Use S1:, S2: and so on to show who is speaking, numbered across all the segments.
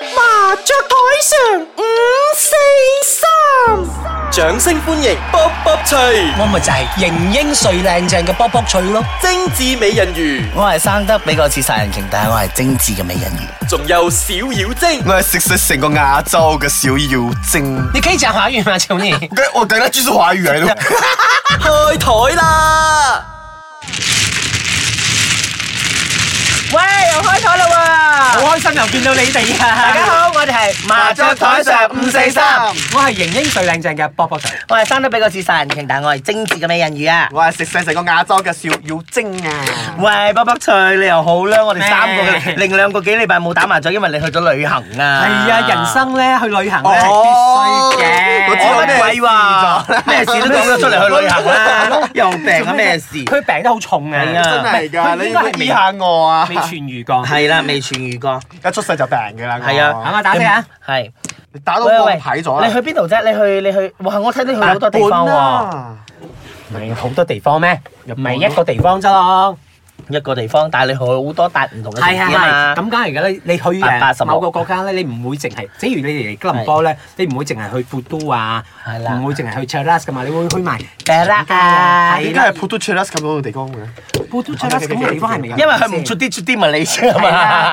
S1: 麻雀台上五四三，掌聲歡迎卜卜脆，
S2: 我咪就係型英帥靚正嘅卜卜脆咯，
S1: 精緻美人魚，
S2: 我係生得比較似殺人鯨，但係我係精緻嘅美人魚。
S1: 仲有小妖精。
S3: 我係食食成個亞洲嘅小妖精。
S2: 你可以講華語嗎，求 你？
S3: 我我等下繼續華語嚟 咯。
S1: 開台啦！
S2: 喂，又開台啦喎！好開心又見到你哋啊！大家好，我哋係麻雀台上五四三，我係型英帥靚正嘅卜卜仔，我係生得比較似殺人鯨，但係我係精緻嘅美人魚啊！
S3: 我係食食成個亞洲嘅小妖精啊！
S2: 喂，卜卜脆，你又好啦，我哋三個
S3: 咩
S2: 另兩個幾禮拜冇打麻雀，因為你去咗旅行啊！
S4: 係啊，人生咧去旅行咧係
S3: 哦
S4: 必須嘅。
S3: 我知道
S2: 我
S3: 咩
S2: 乜鬼 喎？咩事都講咗出嚟去旅行啦，又病啊咩事？
S4: 佢病得好重啊！
S2: 係啊
S3: 真係㗎，
S4: 佢
S3: 你
S4: 應該
S3: 要
S4: 係
S3: 醫
S4: 未
S3: 下我啊！
S4: 未痊愈過。
S2: 係啦，未痊愈過，
S3: 一出世就病㗎啦，我
S2: 係啊
S4: 等我打聲啊！
S2: 係。
S3: 你打到
S2: 喂
S3: 我
S2: 喂，
S3: 睇咗
S2: 你去
S3: 啦。
S2: 邊度啫？你去你去，哇！我睇到去好多地方
S3: à.
S4: à.
S2: 喎，
S3: 啊！
S4: 唔係好多地方咩？唔係一個地方啫咯。
S2: 一個地方，但係你去好多笪唔同嘅
S4: 係係
S2: 城市啊
S4: 係。
S2: 嘛。
S4: 咁梗係㗎啦，你去
S2: 八八十
S4: 誒
S2: 六
S4: 某個國家咧，你唔會淨係，正如你哋嚟吉隆坡咧，你唔會淨係去富都啊，
S2: 係啦
S4: 唔會淨係去 Cheras 㗎嘛，你會去埋
S2: 係啦啊
S3: 應
S4: 係
S3: 該
S4: 啦
S3: 係 Putu Cheras 咁多個地方嘅。
S4: 富都 Cheras 咁嘅地方係咪有？
S2: 因為佢唔出啲出啲咪你先啊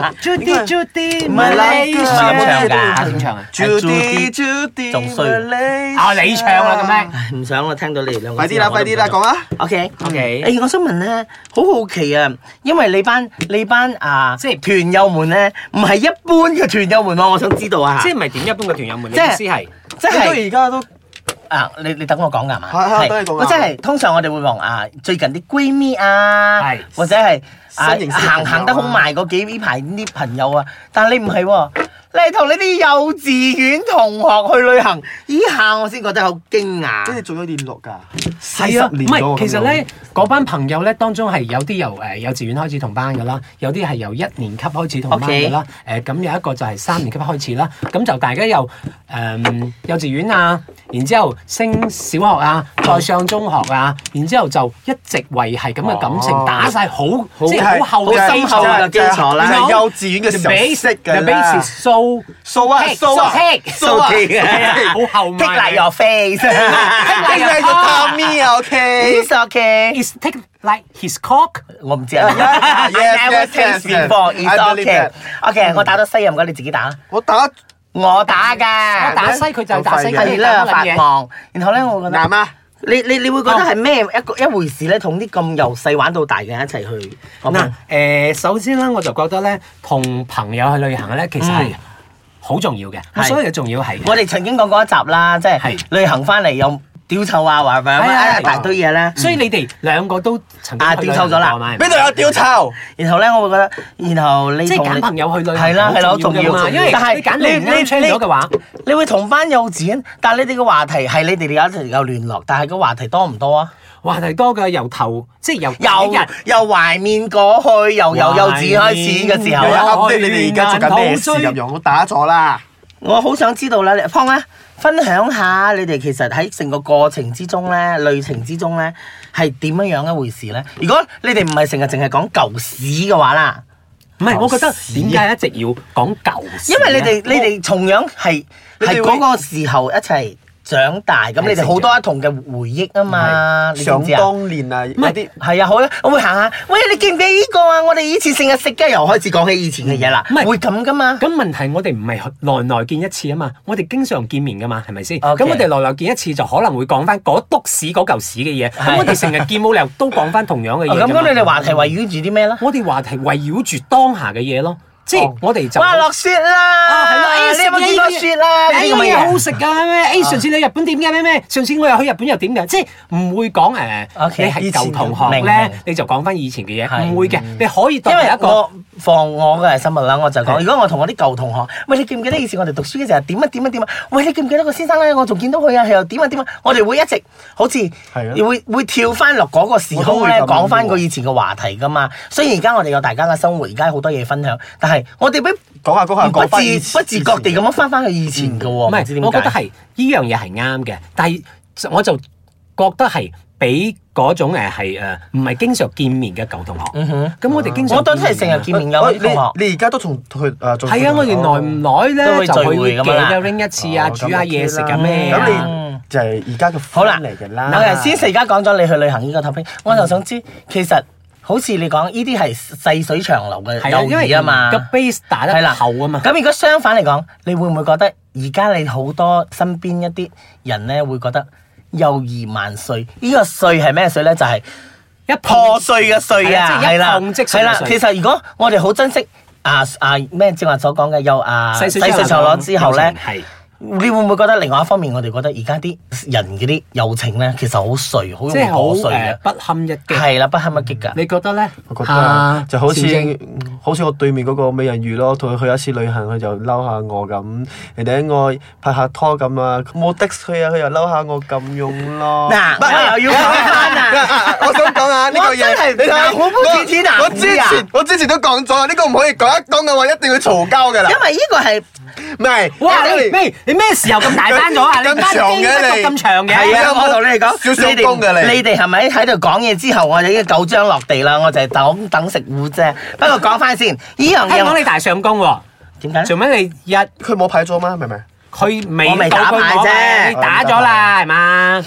S2: 嘛。
S4: Judy Judy
S2: 係啦
S4: Malaysia
S2: 咁唱㗎
S4: 點唱啊？
S3: Judy Judy，
S2: 仲衰
S4: 啊，你唱啦咁咧。
S2: 唉唔想啦，聽到你哋兩個。嗯
S3: 快啲啦，快啲啦，講啦！
S2: O K
S4: OK
S2: 誒，我想問咧，好好奇啊，因為你班你班啊，即
S4: 即係
S2: 係團友們咧，唔係一般嘅團友們喎，我想知道啊。
S4: 即係唔係點一般嘅團友們？你
S2: 即係
S4: 意思係
S2: 即係
S3: 你到而家都
S2: 啊！你你等我講㗎嘛？
S3: 係係等你講啊
S2: 即係通常我哋會望啊，最近啲閨蜜啊
S4: 係，
S2: 或者係啊
S3: 新型小朋友啊
S2: 行行得好埋嗰幾呢排啲朋友啊，但係你唔係喎，你係同你啲幼稚園同學去旅行，呢下我先覺得好驚
S3: 即係
S2: 訝。
S3: 仲有聯絡
S4: 係
S3: 㗎，
S4: 啊，
S3: 四
S4: 唔
S3: 十年咯
S4: 係其實咧，嗰班朋友咧當中係有啲由誒幼稚園開始同班噶啦，有啲係由一年級開始同班噶啦，誒咁有一個就係三年級開始啦，咁就大家由誒幼稚園啊，然之後升小學啊，再上中學啊，然之後就一直維係咁嘅感情
S3: 哦，
S4: 打晒好即
S3: 即
S4: 係好厚
S2: 好
S4: 嘅
S2: 深
S4: 基
S2: 厚
S4: 礎。
S2: 嘅基礎啦
S3: 即係
S4: No，
S3: 幼稚園嘅時
S4: The
S3: 候
S4: base
S3: 識
S4: the
S3: 㗎啦
S4: base is so
S3: 數啊
S4: thick，
S3: 數啊
S4: so thick，
S3: 數啊
S4: so thick，
S3: 係啊
S4: 好厚
S2: Take
S4: 嘛
S2: like your face，It's
S3: 你係個探咪啊，OK？
S2: okay，
S4: is take like his cock。
S2: 我唔知啊。
S3: Yeah, yes,
S2: I
S3: yes,
S2: never taste
S3: yes,
S2: before.
S3: I
S2: It's
S3: believe
S2: okay
S3: that.。
S2: OK，我打咗西啊，唔該你自己打。
S3: 我打
S2: 我打㗎。
S4: 我打西佢就打西，佢
S2: 係
S4: 哋打
S2: 啦，發
S4: 乜嘢？
S2: 夢。然後咧，我覺得
S3: 男啊！
S2: 你你你會覺得係咩一個一回事咧？同啲咁由細玩到大嘅人一齊去
S4: 嗱，誒，首先咧，我就覺得咧，同朋友去旅行咧，其實係好重要嘅。
S2: 係
S4: 所以重要係，
S2: 我哋曾經講過一集啦，即係
S4: 係
S2: 旅行翻嚟又屌臭啊，話咪
S4: 係啊
S2: 啊
S4: 係啊
S2: 一大堆嘢咧。
S4: 所以你哋兩個都曾經
S2: 啊
S4: 去
S2: 掉頭咗啦
S4: 旅行過嘛係咪
S3: 邊度有屌臭？
S2: 然後咧，我會覺得，然後你
S4: 即係
S2: 同
S4: 揀
S2: 你
S4: 朋友去旅行
S2: 係啦係啦，好重要
S4: 㗎嘛因為
S2: 但係
S4: 你揀你唔啱 channel 咗嘅話，
S2: 你會同班幼稚園，但係你哋嘅話題係你哋有一齊有聯絡，但係個話題多唔多啊？
S4: 話題多嘅，由頭即係由
S2: 又
S4: 第一日。
S2: 又懷緬過去，又由幼稚園開始嘅時候啊
S3: 又有
S2: 啦
S4: 懷。
S3: update 你哋而家做緊咩事
S4: 好追
S3: 咁樣，我打咗啦。
S2: 我好想知道啦，你方咧啊分享下你哋其實喺成個過程之中咧、旅程之中咧係點樣樣一回事咧？如果你哋唔係成日淨係講舊屎嘅話啦，
S4: 唔係，我覺得點解一直要講舊事
S2: 因
S4: 呢？
S2: 為你哋你哋同樣係
S3: 你哋
S2: 係
S3: 會
S2: 嗰個時候一齊長大，咁
S4: 係
S2: 你哋好多一同嘅回憶啊嘛，你知
S3: 想
S2: 唔知啊？
S3: 當年啊，有
S4: 係
S3: 啲
S2: 係啊，好啦，我會行下。喂，你記唔記呢個啊？我哋以前成日食嘅，又開始講起以前嘅嘢啦。
S4: 唔係
S2: 會咁噶嘛？
S4: 咁問題我哋唔係耐耐見一次啊嘛，我哋經常見面噶嘛，係咪先？咁
S2: OK
S4: 我哋耐耐見一次就可能會講翻嗰篤屎嗰嚿屎嘅嘢，
S2: 係
S4: 咁我哋成日見冇理由都講翻同樣嘅嘢
S2: 哦咁
S4: 㗎嘛。
S2: 咁，你哋話題圍繞住啲咩啦？
S4: 我哋話題圍繞住當下嘅嘢咯，即係我哋就
S2: 哦哇！落雪
S4: 啊係
S2: 啦，
S4: 咯，
S2: 你有冇見過雪啦？
S4: 呢
S2: 呢啊啲
S4: 個
S2: 咁嘅
S4: 嘢
S2: 嘢
S4: 哎好食㗎咩？誒哎上次你日本點嘅咩咩？上次我又去日本又點嘅？即係唔會講誒
S2: OK，
S4: 你係舊同學
S2: 明明
S4: 咧，你就講翻以前嘅
S2: 係嗯
S4: 嘢，唔會嘅，你可以當
S2: 因為
S4: 係一個
S2: 我放我嘅生物啦，我就講，
S4: 係
S2: 如果我同我啲舊同學，喂，你記唔記得以前我哋讀書嘅時候點啊點啊點啊？喂，你記唔記得個先生咧？我仲見到佢啊，佢又點啊點啊？我哋會一直好似
S3: 係啊
S2: 會會跳翻落嗰個時空咧，
S3: 我都會咁
S2: 講翻個以前嘅話題噶嘛。雖然而家我哋有大家嘅生活，而家好多嘢分享，但係我哋不
S3: 講下講下
S2: 不
S3: 講翻以
S2: 自
S3: 前
S2: 不自覺地咁樣翻翻去以前嘅喎，
S4: 唔
S2: 唔知
S4: 係，
S2: 點
S4: 嗯我覺得
S2: 解。
S4: 係呢樣嘢係啱嘅，但係我就覺得係俾嗰種誒係誒唔係經常見面嘅舊同學。咁我哋經常
S2: 嗯我都係成日見面有啲同學。
S3: 你你而家都仲同佢 誒仲
S4: 係啊，我哋耐唔耐
S2: 都
S4: 咧
S2: 會
S4: 就
S2: 聚會
S4: 去
S2: 咁樣啦
S4: 嘅拎一次啊，
S3: 哦
S4: 煮下嘢食啊
S3: 咁
S4: 咩
S3: 咁
S4: 啊。
S3: 你就係而家嘅
S2: 好啦，
S3: 嚟嘅啦。
S2: 有人先，而家講咗你去旅行呢個 topic，我就想知其實好似你講呢啲係細水長流嘅
S4: 係啊，
S2: 友
S4: 因為
S2: 誼啊嘛
S4: 個。base 打
S2: 係
S4: 得
S2: 啦
S4: 厚啊嘛。
S2: 咁如果相反嚟講，你會唔會覺得而家你好多身邊一啲人咧會覺得友誼萬歲？呢、個歲係咩歲咧？就係、
S4: 一
S2: 破碎嘅碎啊，
S4: 係
S2: 係
S4: 啦
S2: 啦，
S4: 即係一碰即碎嘅碎
S2: 係啦。其實如果我哋好珍惜啊啊咩，正話所講嘅有啊
S4: 細水
S2: 長流之後咧，
S4: 係
S2: 你會唔會覺得另外一方面，我哋覺得而家啲人嗰啲友情咧，其實好碎，好
S4: 即
S2: 容易
S4: 係好
S2: 破碎
S4: 誒
S2: 嘅，
S4: 不堪一擊。
S2: 係啦，不堪一擊㗎。
S4: 你覺得咧？
S3: 我覺得就好似
S4: 趙正
S3: 好似我對面嗰個美人魚咯，同佢去一次旅行，佢就嬲下我咁，人哋喺我拍下拖咁啊，冇的佢啊，佢又嬲下我咁樣咯。
S2: 嗱，我又要講翻啦。
S3: 啊我想講啊，呢個
S2: 我真係
S3: 嘢，你睇下
S2: 嗱我不似天男子啊
S3: 我之前我之前都講咗啊，呢個唔可以講一講嘅話，一定要嘈交㗎啦
S2: 因。為呢個係
S3: 唔係，
S4: 哇！
S3: 因
S4: 你
S3: 為
S4: 咩？你咩時候咁大單咗啊？你
S3: 咁
S4: 單
S3: 長
S4: 機
S3: 嘅
S4: 得
S3: 你
S4: 咁長嘅，
S2: 係
S3: 係
S2: 啊，
S3: 啊
S2: 我同你哋
S3: 少
S2: 講，
S3: 少
S2: 你
S3: 功㗎
S2: 哋
S3: 你
S2: 你哋係咪喺度講嘢之後，我就已經九張落地啦？我就係等等食糊啫。不過講翻先，呢樣
S4: 聽講
S2: 嘢
S4: 你大上工喎，
S2: 點解
S4: 做
S2: 咧？
S4: 咩你一
S3: 佢冇牌咗嘛，明唔明？
S4: 佢未
S2: 我未
S4: 到
S2: 打
S4: 佢
S2: 牌
S4: 攞
S2: 啫
S4: 牌你打咗啦係嘛？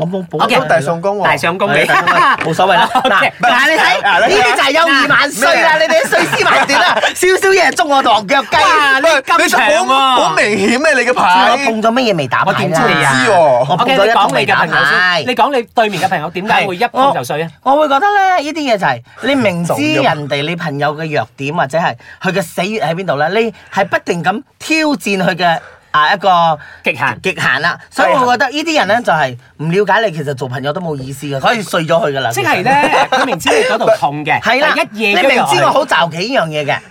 S2: 我冇補
S4: OK
S3: 都大上工喎，
S4: 大上工你
S2: 係大上工冇所 謂啦。嗱
S4: OK
S2: 嗱，你睇
S3: 嗱
S2: 呢啲就係友誼萬歲啦！你哋啲碎屍萬段啦，少少嘢捉我堂腳雞。啊
S4: 哇！你
S3: 你
S4: 咁長
S3: 就好好
S4: 喎。
S3: 明顯咩？你嘅
S2: 我
S3: 牌
S2: 碰咗乜嘢未打
S4: 我
S2: 牌
S4: 點
S2: 啦？
S4: 知你啊
S3: 知喎
S2: 我
S4: O
S2: 碰
S4: K，
S2: 咗
S4: 你
S2: 一個
S4: 講
S2: 未
S4: 你嘅
S2: 打
S4: 朋友
S2: 牌
S4: 先，你。講你對面嘅朋友點解會一碰就碎啊？
S2: 我會覺得咧，呢啲嘢就係、你明知人哋你朋友嘅弱點或者係佢嘅死穴喺邊度咧，你係不斷咁挑戰佢嘅啊一個
S4: 極限
S2: 極限啦。所以我覺得呢啲人咧就係唔了解你，其實做朋友都冇意思嘅，可以碎咗佢噶啦。
S4: 即係咧，佢明知你嗰度痛嘅，
S2: 係啦，
S4: 但一夜
S2: 你明知我
S4: 好
S2: 好就忌呢樣嘢嘅，
S3: 唔係我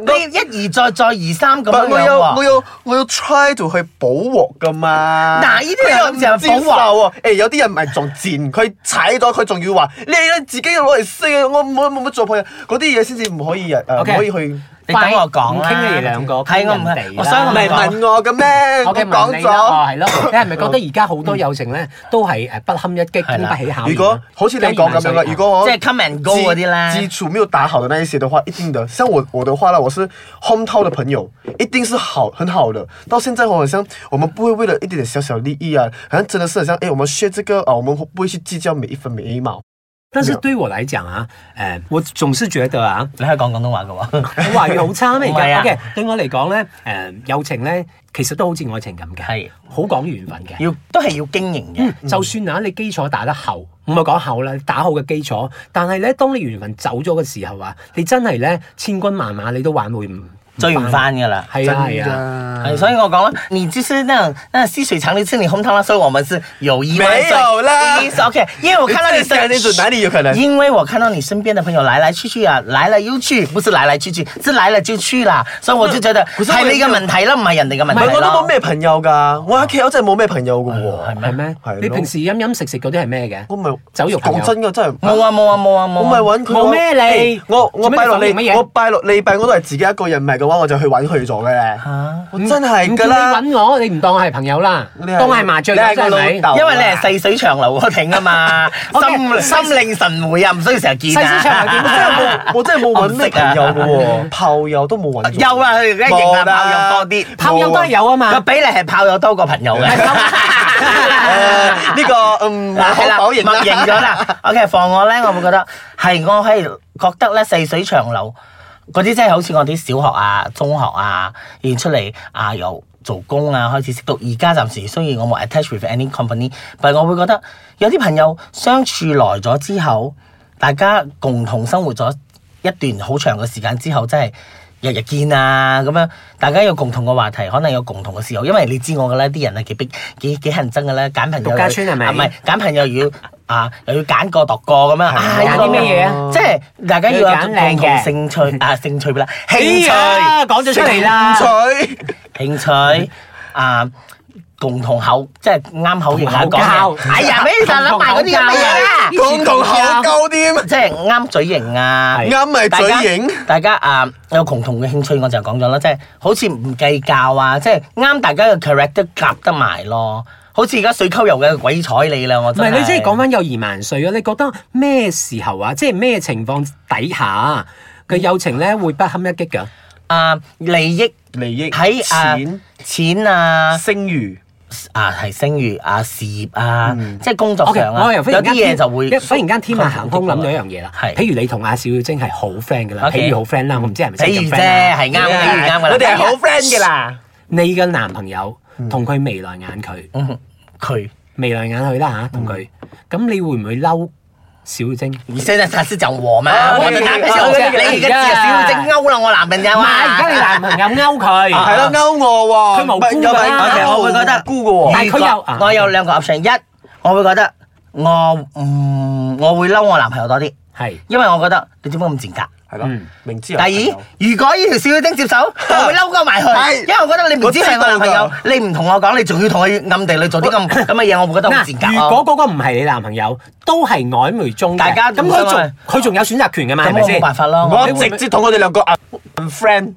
S2: 你一而再再而三咁
S3: 唔係
S2: 樣
S3: 我
S2: 樣
S3: 有我
S2: 喎。
S3: 有我有 try to 去補鑊噶嘛。
S2: 嗱呢啲人就係補鑊
S3: 佢又唔接受喎。誒有啲人唔係仲賤，佢踩咗佢仲要話你你自己要攞嚟識啊！我冇冇乜做朋友，嗰啲嘢先至唔可以誒誒
S4: OK
S3: 唔可以去。
S2: 你等我講
S4: 唔
S2: 啦。
S4: 傾你哋兩個
S2: 係我
S4: 傾人
S2: 唔係，
S4: 哋啦
S2: 我所以我
S3: 唔係
S2: 咪
S4: 講
S2: 問。
S3: 問我嘅咩？我
S4: 我嘅問
S3: 講
S4: 你啦，哦
S3: 咗。
S4: 係咯，你係咪覺得而家好多友情咧都係誒不堪一擊、經不起考驗啊？
S3: 如果好似你講咁樣嘅，如果我
S2: 即係 come and go 嗰啲啦
S3: 基基礎沒有打好的那一些的話，一定的。像我我的话啦，我是 home town 的朋友，一定是好很好的。到现在我好像我们不会为了一点点小小利益啊，好像真的是很像哎，我们 share 这个啊，我们不会去计较每一分每一毛。
S4: 但是對我來講啊，誒、我總是覺得啊，
S2: 你可以講廣東話嘅喎。
S4: 我華語好差咩而
S2: 唔係
S4: 家
S2: 啊
S4: ？OK，對我嚟講咧，誒、友情咧其實都好似愛情咁嘅，
S2: 係
S4: 好講緣分嘅。
S2: 要都係要經營嘅。
S3: 嗯
S4: 就算啊，你基礎打得厚，唔係講厚啦，你打好嘅基礎，但係咧，當你緣分走咗嘅時候啊，你真係咧千軍萬馬你都挽回唔
S2: 追唔，翻噶啦。
S3: 哎
S4: 係啊係啊。
S3: 啊
S2: 係，所以我講啦，你就是那種那细水長流吃你紅糖啦，所以我們是友誼萬歲
S3: 沒有啦
S2: 意思 OK，因為我看到你身
S3: 你自己想清楚哪裡有可能
S2: 因為我看到你身邊的朋友來來去去啊，來了又去，不是來來去去，是來了就去啦，所以我就覺得
S3: 嗯可是我
S2: 係你嘅問題啦，唔係人哋嘅問
S3: 唔係
S2: 題
S3: 我都冇
S2: 咯。
S3: 咩朋友㗎，我喺 K L 真係冇咩朋友㗎喎。
S4: 係咩
S3: 係？咯
S4: 你平時飲飲食食嗰啲係咩嘅？
S3: 我唔係
S4: 酒肉朋友
S3: 講真㗎，真係
S2: 冇啊冇啊冇啊冇
S3: 我
S2: 啊！
S3: 咪揾佢咯
S4: 冇咩你
S3: 誒我我
S4: 做咩
S3: 拜
S4: 你
S3: 六
S4: 否認乜
S3: 禮
S4: 嘢
S3: 我拜六禮拜我都係自己一個人，唔係嘅話我就去揾佢做嘅咧。
S2: 啊
S3: 我真係㗎啦
S4: 唔。叫你揾我，你唔當我係朋友啦，
S3: 你係
S4: 當我係麻雀友
S3: 你係
S4: 真
S3: 個
S4: 係
S3: 老
S4: 咪
S3: 豆？
S2: 因為你係細水長流嗰挺 啊嘛，
S4: OK，
S2: 心心領神會啊，唔需要成日見啊。
S4: 細水長流 點
S3: 我真係冇，我真係冇揾咩朋友嘅喎，炮友都冇揾。
S2: 有啦，佢而家型啊炮友多啲，
S4: 炮 友都係有啊嘛
S2: 個。比例係炮友多過朋友 嘅。
S3: 誒呢個嗯，無可
S2: 係啦
S3: 否認
S2: 默
S3: 啦。
S2: 認 咗啦。OK，放我咧，我會覺得係我係覺得咧細水長流嗰啲真係好似我啲小學啊、中學啊，然出嚟啊又做工啊，開始識到而家暫時雖然我冇 attach with any company，但係我會覺得有啲朋友相處耐咗之後，大家共同生活咗一段好長嘅時間之後，真係。日日見啊，咁樣大家有共同嘅話題，可能有共同嘅嗜好，因為你知我嘅啦，啲人啊幾逼幾幾恨憎嘅啦，揀朋友
S4: 獨家村係咪
S2: 啊唔係揀朋友要啊，又要揀個度個咁樣，啊
S4: 揀啲咩嘢
S2: 啊？即係大家要
S4: 要
S2: 有
S4: 揀
S2: 共
S4: 靚
S2: 同
S4: 嘅
S2: 興趣啊，興趣啦，興
S4: 哎
S2: 趣
S4: 呀，講咗出嚟啦。
S3: 取
S2: 興趣啊。共同口即係啱口型口
S4: 口交
S2: 講嘅，哎呀，俾你就諗埋嗰啲咁嘅嘢啦，
S3: 共同口鳩添，
S2: 即係啱嘴型啊，
S4: 係
S3: 啱咪
S2: 大
S3: 嘴
S2: 家
S3: 型。
S2: 大家啊有共同嘅興趣，我就講咗啦，即係好似唔計較啊，即係啱大家嘅 character 夾得埋咯。好似而家水溝油嘅鬼睬你啦，我
S4: 唔
S2: 真
S4: 係
S2: 係。
S4: 你即係講翻幼兒萬歲啊！你覺得咩時候啊？即係咩情況底下嘅
S3: 嗯
S4: 友情咧會不堪一擊㗎？
S2: 啊利益
S3: 利益
S2: 喺啊
S3: 錢
S2: 錢啊
S3: 聲譽。
S2: 啊提升譽啊事業啊，即係工作
S4: O.K.
S2: 上
S4: 我
S2: 啊，
S4: 又
S2: 有
S4: 忽然
S2: 啲
S4: 間
S2: 嘢
S4: 天
S2: 就會
S4: 一忽然間天馬行空諗到一樣嘢啦。
S2: 係
S4: 譬如你同阿小妖精係好 friend 㗎啦，
S2: OK
S4: 譬如好 friend 啦，我唔知係咪真
S2: 比
S4: 係咁
S2: 喻啫，
S4: friend 啦
S2: 係啱嘅，比喻啱㗎啦。
S4: 我哋係好
S2: friend 嘅啦。
S4: 你嘅男朋友同佢眉來眼去，
S2: 嗯，佢，
S4: 眉來眼去啦吓，同佢，咁你會唔會嬲小妖 精？
S2: 你現在才是講我嘛？
S4: 啊
S2: 我
S4: 我
S2: 的
S4: 哋
S2: 男朋
S4: 我
S2: 友，
S4: 哋
S2: 你而家至少整勾啦，我男朋友
S4: 唔係，
S2: 啊！
S4: 而家你男朋友勾佢，
S3: 係咯，勾我喎，
S4: 佢無辜㗎
S3: 有咪
S4: 啊
S2: 我會覺得
S3: 無辜嘅喎。
S4: 但係佢又啊
S2: 我有兩個 option，一我會覺得我嗯我會嬲我男朋友多啲，
S4: 係
S2: 因為我覺得你點解咁賤格？
S3: 係咯
S4: 嗯，
S3: 明知
S2: 第
S3: 有朋
S2: 二，
S3: 友。
S2: 如果呢條小妖精接手，我會嬲鳩埋佢，
S3: 係
S2: 因為我覺得你明知係我男朋友
S3: 我，
S2: 你唔同我講，你仲要同佢暗地裏做啲咁咁嘅嘢，我會覺得好賤格
S4: 嗱，
S2: 咯
S4: 如果嗰個唔係你男朋友，都係曖昧中嘅
S2: 大家唔
S4: 咁佢
S2: 相愛
S4: 仲佢仲有選擇權㗎嘛？係
S2: 咁
S4: 咪
S2: 我冇
S4: 先？
S2: 辦法咯。
S3: 我
S2: 我
S3: 直接同我哋兩個 friend，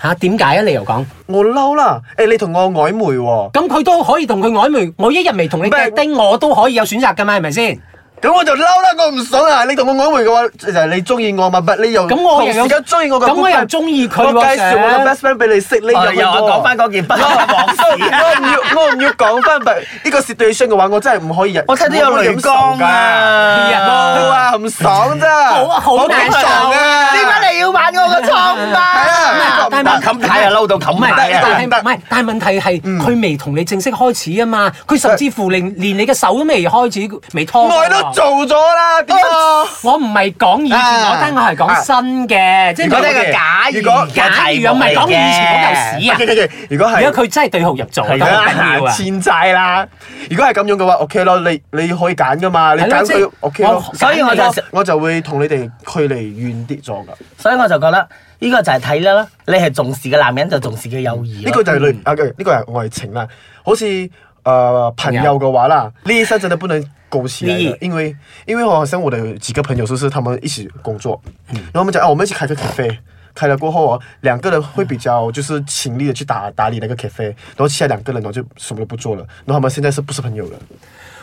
S4: 嚇點解啊？你又講，
S3: 我嬲啦！誒，你同我曖昧喎，
S4: 咁佢都可以同佢曖昧，我一日未同你
S3: 唔係
S4: 釘釘，我都可以有選擇㗎嘛？係咪先？
S3: 咁我就嬲啦！我唔爽啊！你同我曖昧嘅話，就係你中意我嘛，但你又
S4: 咁我又
S3: 同時間中意我嘅，
S4: 咁我又中意佢喎
S3: 我介紹我嘅 best friend 俾你識，你又
S2: 又我講翻嗰件不幸嘅 往事。
S3: 我唔要，我唔要講翻呢個 situation 嘅話，我真係唔可以忍。
S2: 我睇到有淚光啊！
S4: 人
S3: 冇
S4: 咯
S3: 啊，唔爽咋！
S4: 好啊好
S3: 我
S4: 難
S3: 幾爽啊！
S2: 點解你要玩我個倉啊？
S4: 但係
S2: 冚牌啊，嬲到冚
S4: 唔係，
S2: 牌
S4: 但
S2: 啊！
S4: 係唔係，但係問題係佢未同你正式開始啊嘛，佢甚至乎連連你嘅手都未開始，未拖過。
S3: 我都做咗啦，點 啊？
S4: 我唔係講以前嗰單，我係講新嘅，即係
S2: 如果
S4: 你
S2: 呢個假如
S3: 如果
S4: 假如啊，唔係講以前嗰嚿屎啊。
S3: 如果係
S4: 如果佢真係對號入座，咁
S3: 係
S4: 好緊要
S3: 啦，
S4: 啊！
S3: 欠債啦。如果係咁樣嘅話，OK 咯，你你可以揀噶嘛，你
S4: 係咯
S3: 揀
S4: 即係
S3: 佢 OK 咯。
S4: 我
S2: 所以我就
S3: 我我就會同你哋距離遠啲咗噶。
S2: 所以我就覺得呢個就係睇啦，你係重視嘅男人就重視嘅友誼。
S3: 呢個就係類啊，呢個係愛情啦。好似誒、呃朋友嘅話啦，利益上真的不能勾起來
S4: 利
S3: 的
S4: 益，
S3: 因為因為我好像我的有幾個朋友，就是他們一起工作，
S4: 嗯
S3: 然後我們講啊，我們一起開個咖啡。開了過後哦，兩個人會比較就是勤力的去打打理那個咖啡，然後其他兩個人呢就什麼都不做了，然後他們現在是不是朋友了？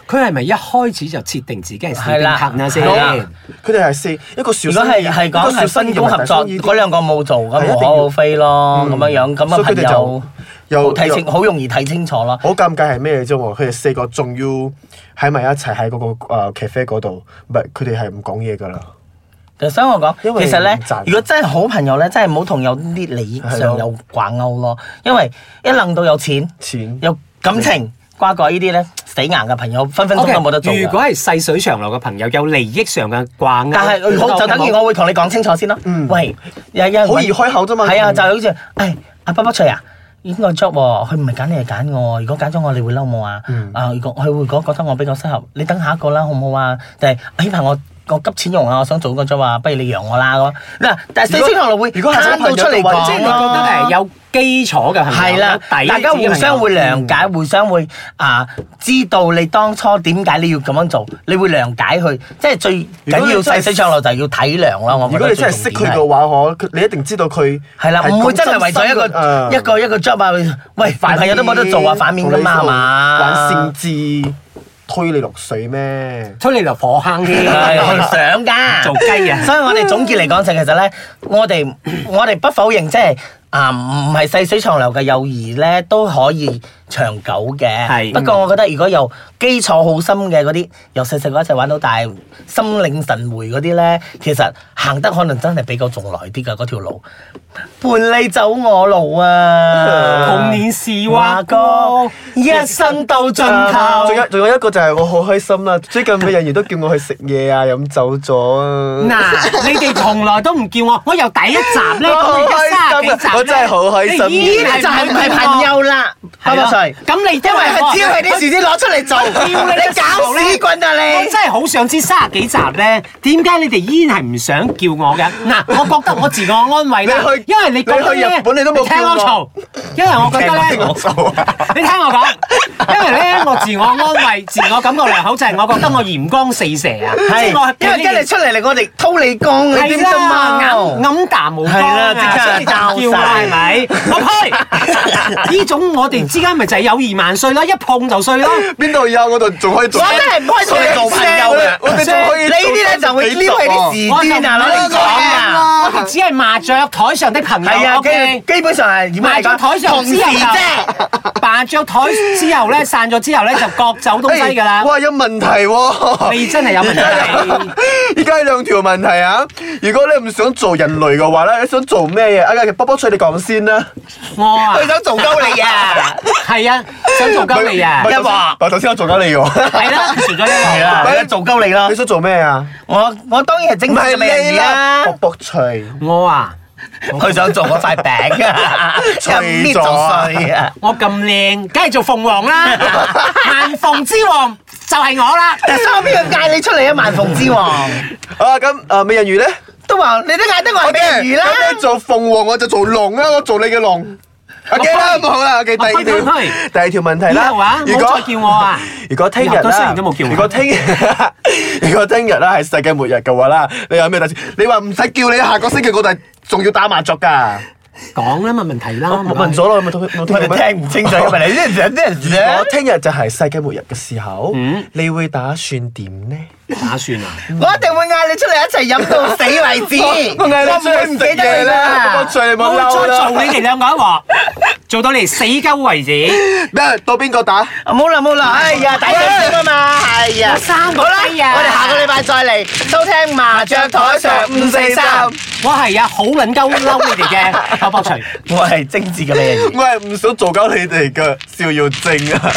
S4: 佢係咪一開始就設定自己係
S2: 係
S4: 小
S2: 啦
S4: 丁客啊
S2: 係啦
S4: 先？
S3: 佢哋係四一個小
S2: 如
S3: 生
S2: 果
S3: 意，
S2: 係
S3: 一
S2: 係講
S3: 個小
S2: 係
S3: 生意
S2: 分工
S3: 同埋
S2: 合作，
S3: 大生意
S2: 嗰兩個冇做咁無可厚非咯，咁樣樣咁
S3: 嗯
S2: 啊
S3: 所以佢
S2: 朋
S3: 哋就
S2: 友
S3: 又
S2: 睇清
S3: 又
S2: 好容易睇清楚咯。
S3: 好尷尬係咩啫喎？佢哋四個仲要喺埋一齊喺嗰個誒咖啡嗰度，唔係佢哋係唔講嘢噶啦。
S2: 所以我講，
S3: 因為
S2: 其實咧
S3: 唔賺，
S2: 如果真係好朋友咧，真係唔好同有啲利益上
S3: 係咯
S2: 有掛鈎咯，因為一諗到有錢、
S3: 錢
S2: 有感情瓜葛呢啲咧，死硬嘅朋友分分
S4: O
S2: 鐘都冇得做
S4: K，
S2: 㗎
S4: 如果係細水長流嘅朋友，有利益上嘅掛鈎，
S2: 但係好就等於我會同你講清楚先咯。喂，有有人
S3: 嗯好易開口啫嘛
S2: 係啊，就好似誒阿北北翠啊。呢個 job 喎，佢唔係揀你係揀我。如果揀咗我，你會嬲我啊？
S3: 嗯
S2: 啊，如果佢會覺覺得我比較適合，你等下一個啦，好唔好啊？定係哎呢排我我急錢用啊，我想做個 job 啊，不如你養我啦咁。嗱，但係四星同路會
S3: 如果係
S2: 攤到出嚟講，啊
S4: 即係你覺得係有基礎嘅朋友，嗯
S2: 係啦
S4: 有，底
S2: 大家互相會
S4: 量。
S2: 諒解，互相會啊知道你當初點解你要咁樣做，你會諒解佢，即係最
S3: 如果
S2: 緊
S3: 你
S2: 要
S3: 真係
S2: 細水長流就係要體諒啦。我覺
S3: 如
S2: 得
S3: 果你真係識
S2: 最
S3: 佢
S2: 重點係
S3: 嘅話，我佢你一定知道佢
S2: 係啦，唔會真係為咗一個
S3: 誒
S2: 一個一個 job 啊，喂，凡朋友都冇得做啊，反面噶嘛係嘛？
S3: 玩性志推你落水咩？
S4: 推你落火坑添，
S2: 係我哋想㗎，
S4: 做雞啊
S2: 所以我哋總結嚟講就其實咧，我哋我哋不否認即係啊，唔係細水長流嘅友誼咧都可以長久嘅。
S4: 係
S2: 不過我覺得如果由基礎好深嘅嗰啲，由細細個一齊玩到大，心領神會嗰啲咧，其實行得可能真係比較仲耐啲㗎嗰條路。伴你走我路啊！
S4: 童年是話
S2: 華
S4: 歌
S2: 哥，，一生到盡頭。
S3: 啊仲有仲有一個就係我好開心啦！最近嘅人員都叫我去食嘢啊，飲酒咗啊！
S4: 嗱，你哋從來都唔叫我，我由第一集咧，
S3: 我好
S4: 到而家卅
S3: 開
S4: 幾集咧
S3: 心啊我真係好開心
S4: 你依
S2: 呢
S4: 然
S2: 啲就係唔係朋友啦，
S4: 係咯
S2: 係咪瑞？
S4: 咁你都
S2: 因為
S4: 係
S2: 佢只要係啲事先攞出嚟做，
S4: 你嘅時候
S2: 你搞
S4: 咧
S2: 屎棍啊
S4: 我
S2: 你
S4: 真！係好想知卅幾集咧，點解你哋依然係唔想叫我嘅？嗱，我覺得我自我安慰啦
S3: 你去，
S4: 因為你覺得
S3: 你去
S4: 咧
S3: 日本你都冇
S4: 聽我
S3: 叫
S4: 嘈
S3: 我，
S4: 因為我覺得
S3: 聽我
S4: 咧
S3: 嘈啊，
S4: 你聽我講，因為咧我自我安慰、自我感覺良好，就係我覺得我炎光四射啊，即係我
S2: 因為跟你出嚟嚟，我哋掏你光，你點
S4: 係啊
S2: 啫
S4: 啦，
S2: 嘛？
S4: 暗暗淡無光
S2: 係啦
S4: 啊，
S2: 即刻
S4: 所以就叫我係咪？我呸！ 呢種我哋之間咪就係友誼萬歲啦，一碰就碎啦。
S3: 邊度有我度仲可以做？我哋仲可以做
S4: 我就唔
S3: 啊
S4: 講啦，我哋只係麻雀台上的朋友。OK？麻
S2: 啊
S4: 雀台上之後就，麻雀台之後咧散咗之後咧就各走東西㗎啦
S3: 哎。哇，有問題喎！
S4: 你真係有問 題。
S3: 依家有兩條問題啊！如果你唔想做人類嘅話咧，你想做咩嘢？啊，其實波波翠你講先啦。
S4: 我啊，係啊，想做鳩你啊
S3: 唔係，
S2: 音樂
S3: 我頭先我做緊你喎。
S4: 係啦，除咗呢個
S3: 啊
S4: 啦。
S3: 你想做咩啊？唔
S4: 啊
S3: 係你啊啦，波波翠。
S4: 我啊， 我咁靚，梗係做鳳凰 啦，萬鳳之王就係我啦。
S3: 啊，咁啊，美人魚咧？咁你做鳳凰，我就做龍啦，我做你嘅龍。OK 啦，
S4: 我
S3: 咁好啦，OK，第二
S4: 我
S3: 條，
S4: 分開去
S3: 第二條問題
S4: 以
S3: 啦。
S4: 後啊，
S3: 如
S4: 唔好
S3: 果
S4: 再叫我啊。
S3: 如果聽日
S4: 嗱佢
S3: 啦，
S4: 雖然都冇叫我啊
S3: 如果聽日， 如果聽日啦係世界末日嘅話啦，你有咩打算？你話唔使叫你下個星期我哋仲要打麻雀㗎？
S4: 講啦，問問題
S2: 哦
S4: 啦。
S3: 我問咗啦，你咪同冇聽過咩？我聽日就係世界末日嘅時候，
S4: 嗯
S3: 你會打算點呢？
S4: 打算啊？
S3: 我最
S4: 我
S3: 冇
S4: 會
S3: 嬲
S4: 再
S3: 啦
S4: 做！你哋兩個一鑊，做到你哋死鳩為止。
S3: 咩？到邊個打？
S2: 冇啦冇啦，哎呀，抵死啊嘛，係啊，
S4: 我生個
S2: 好啦，
S4: 雞啊
S2: 我哋下個禮拜再嚟收聽麻雀台上五四三，
S4: 我係啊，好撚鳩嬲你哋嘅，阿博除。
S2: 我係精緻嘅美人魚。
S3: 我係唔想做鳩你哋嘅，邵耀正啊！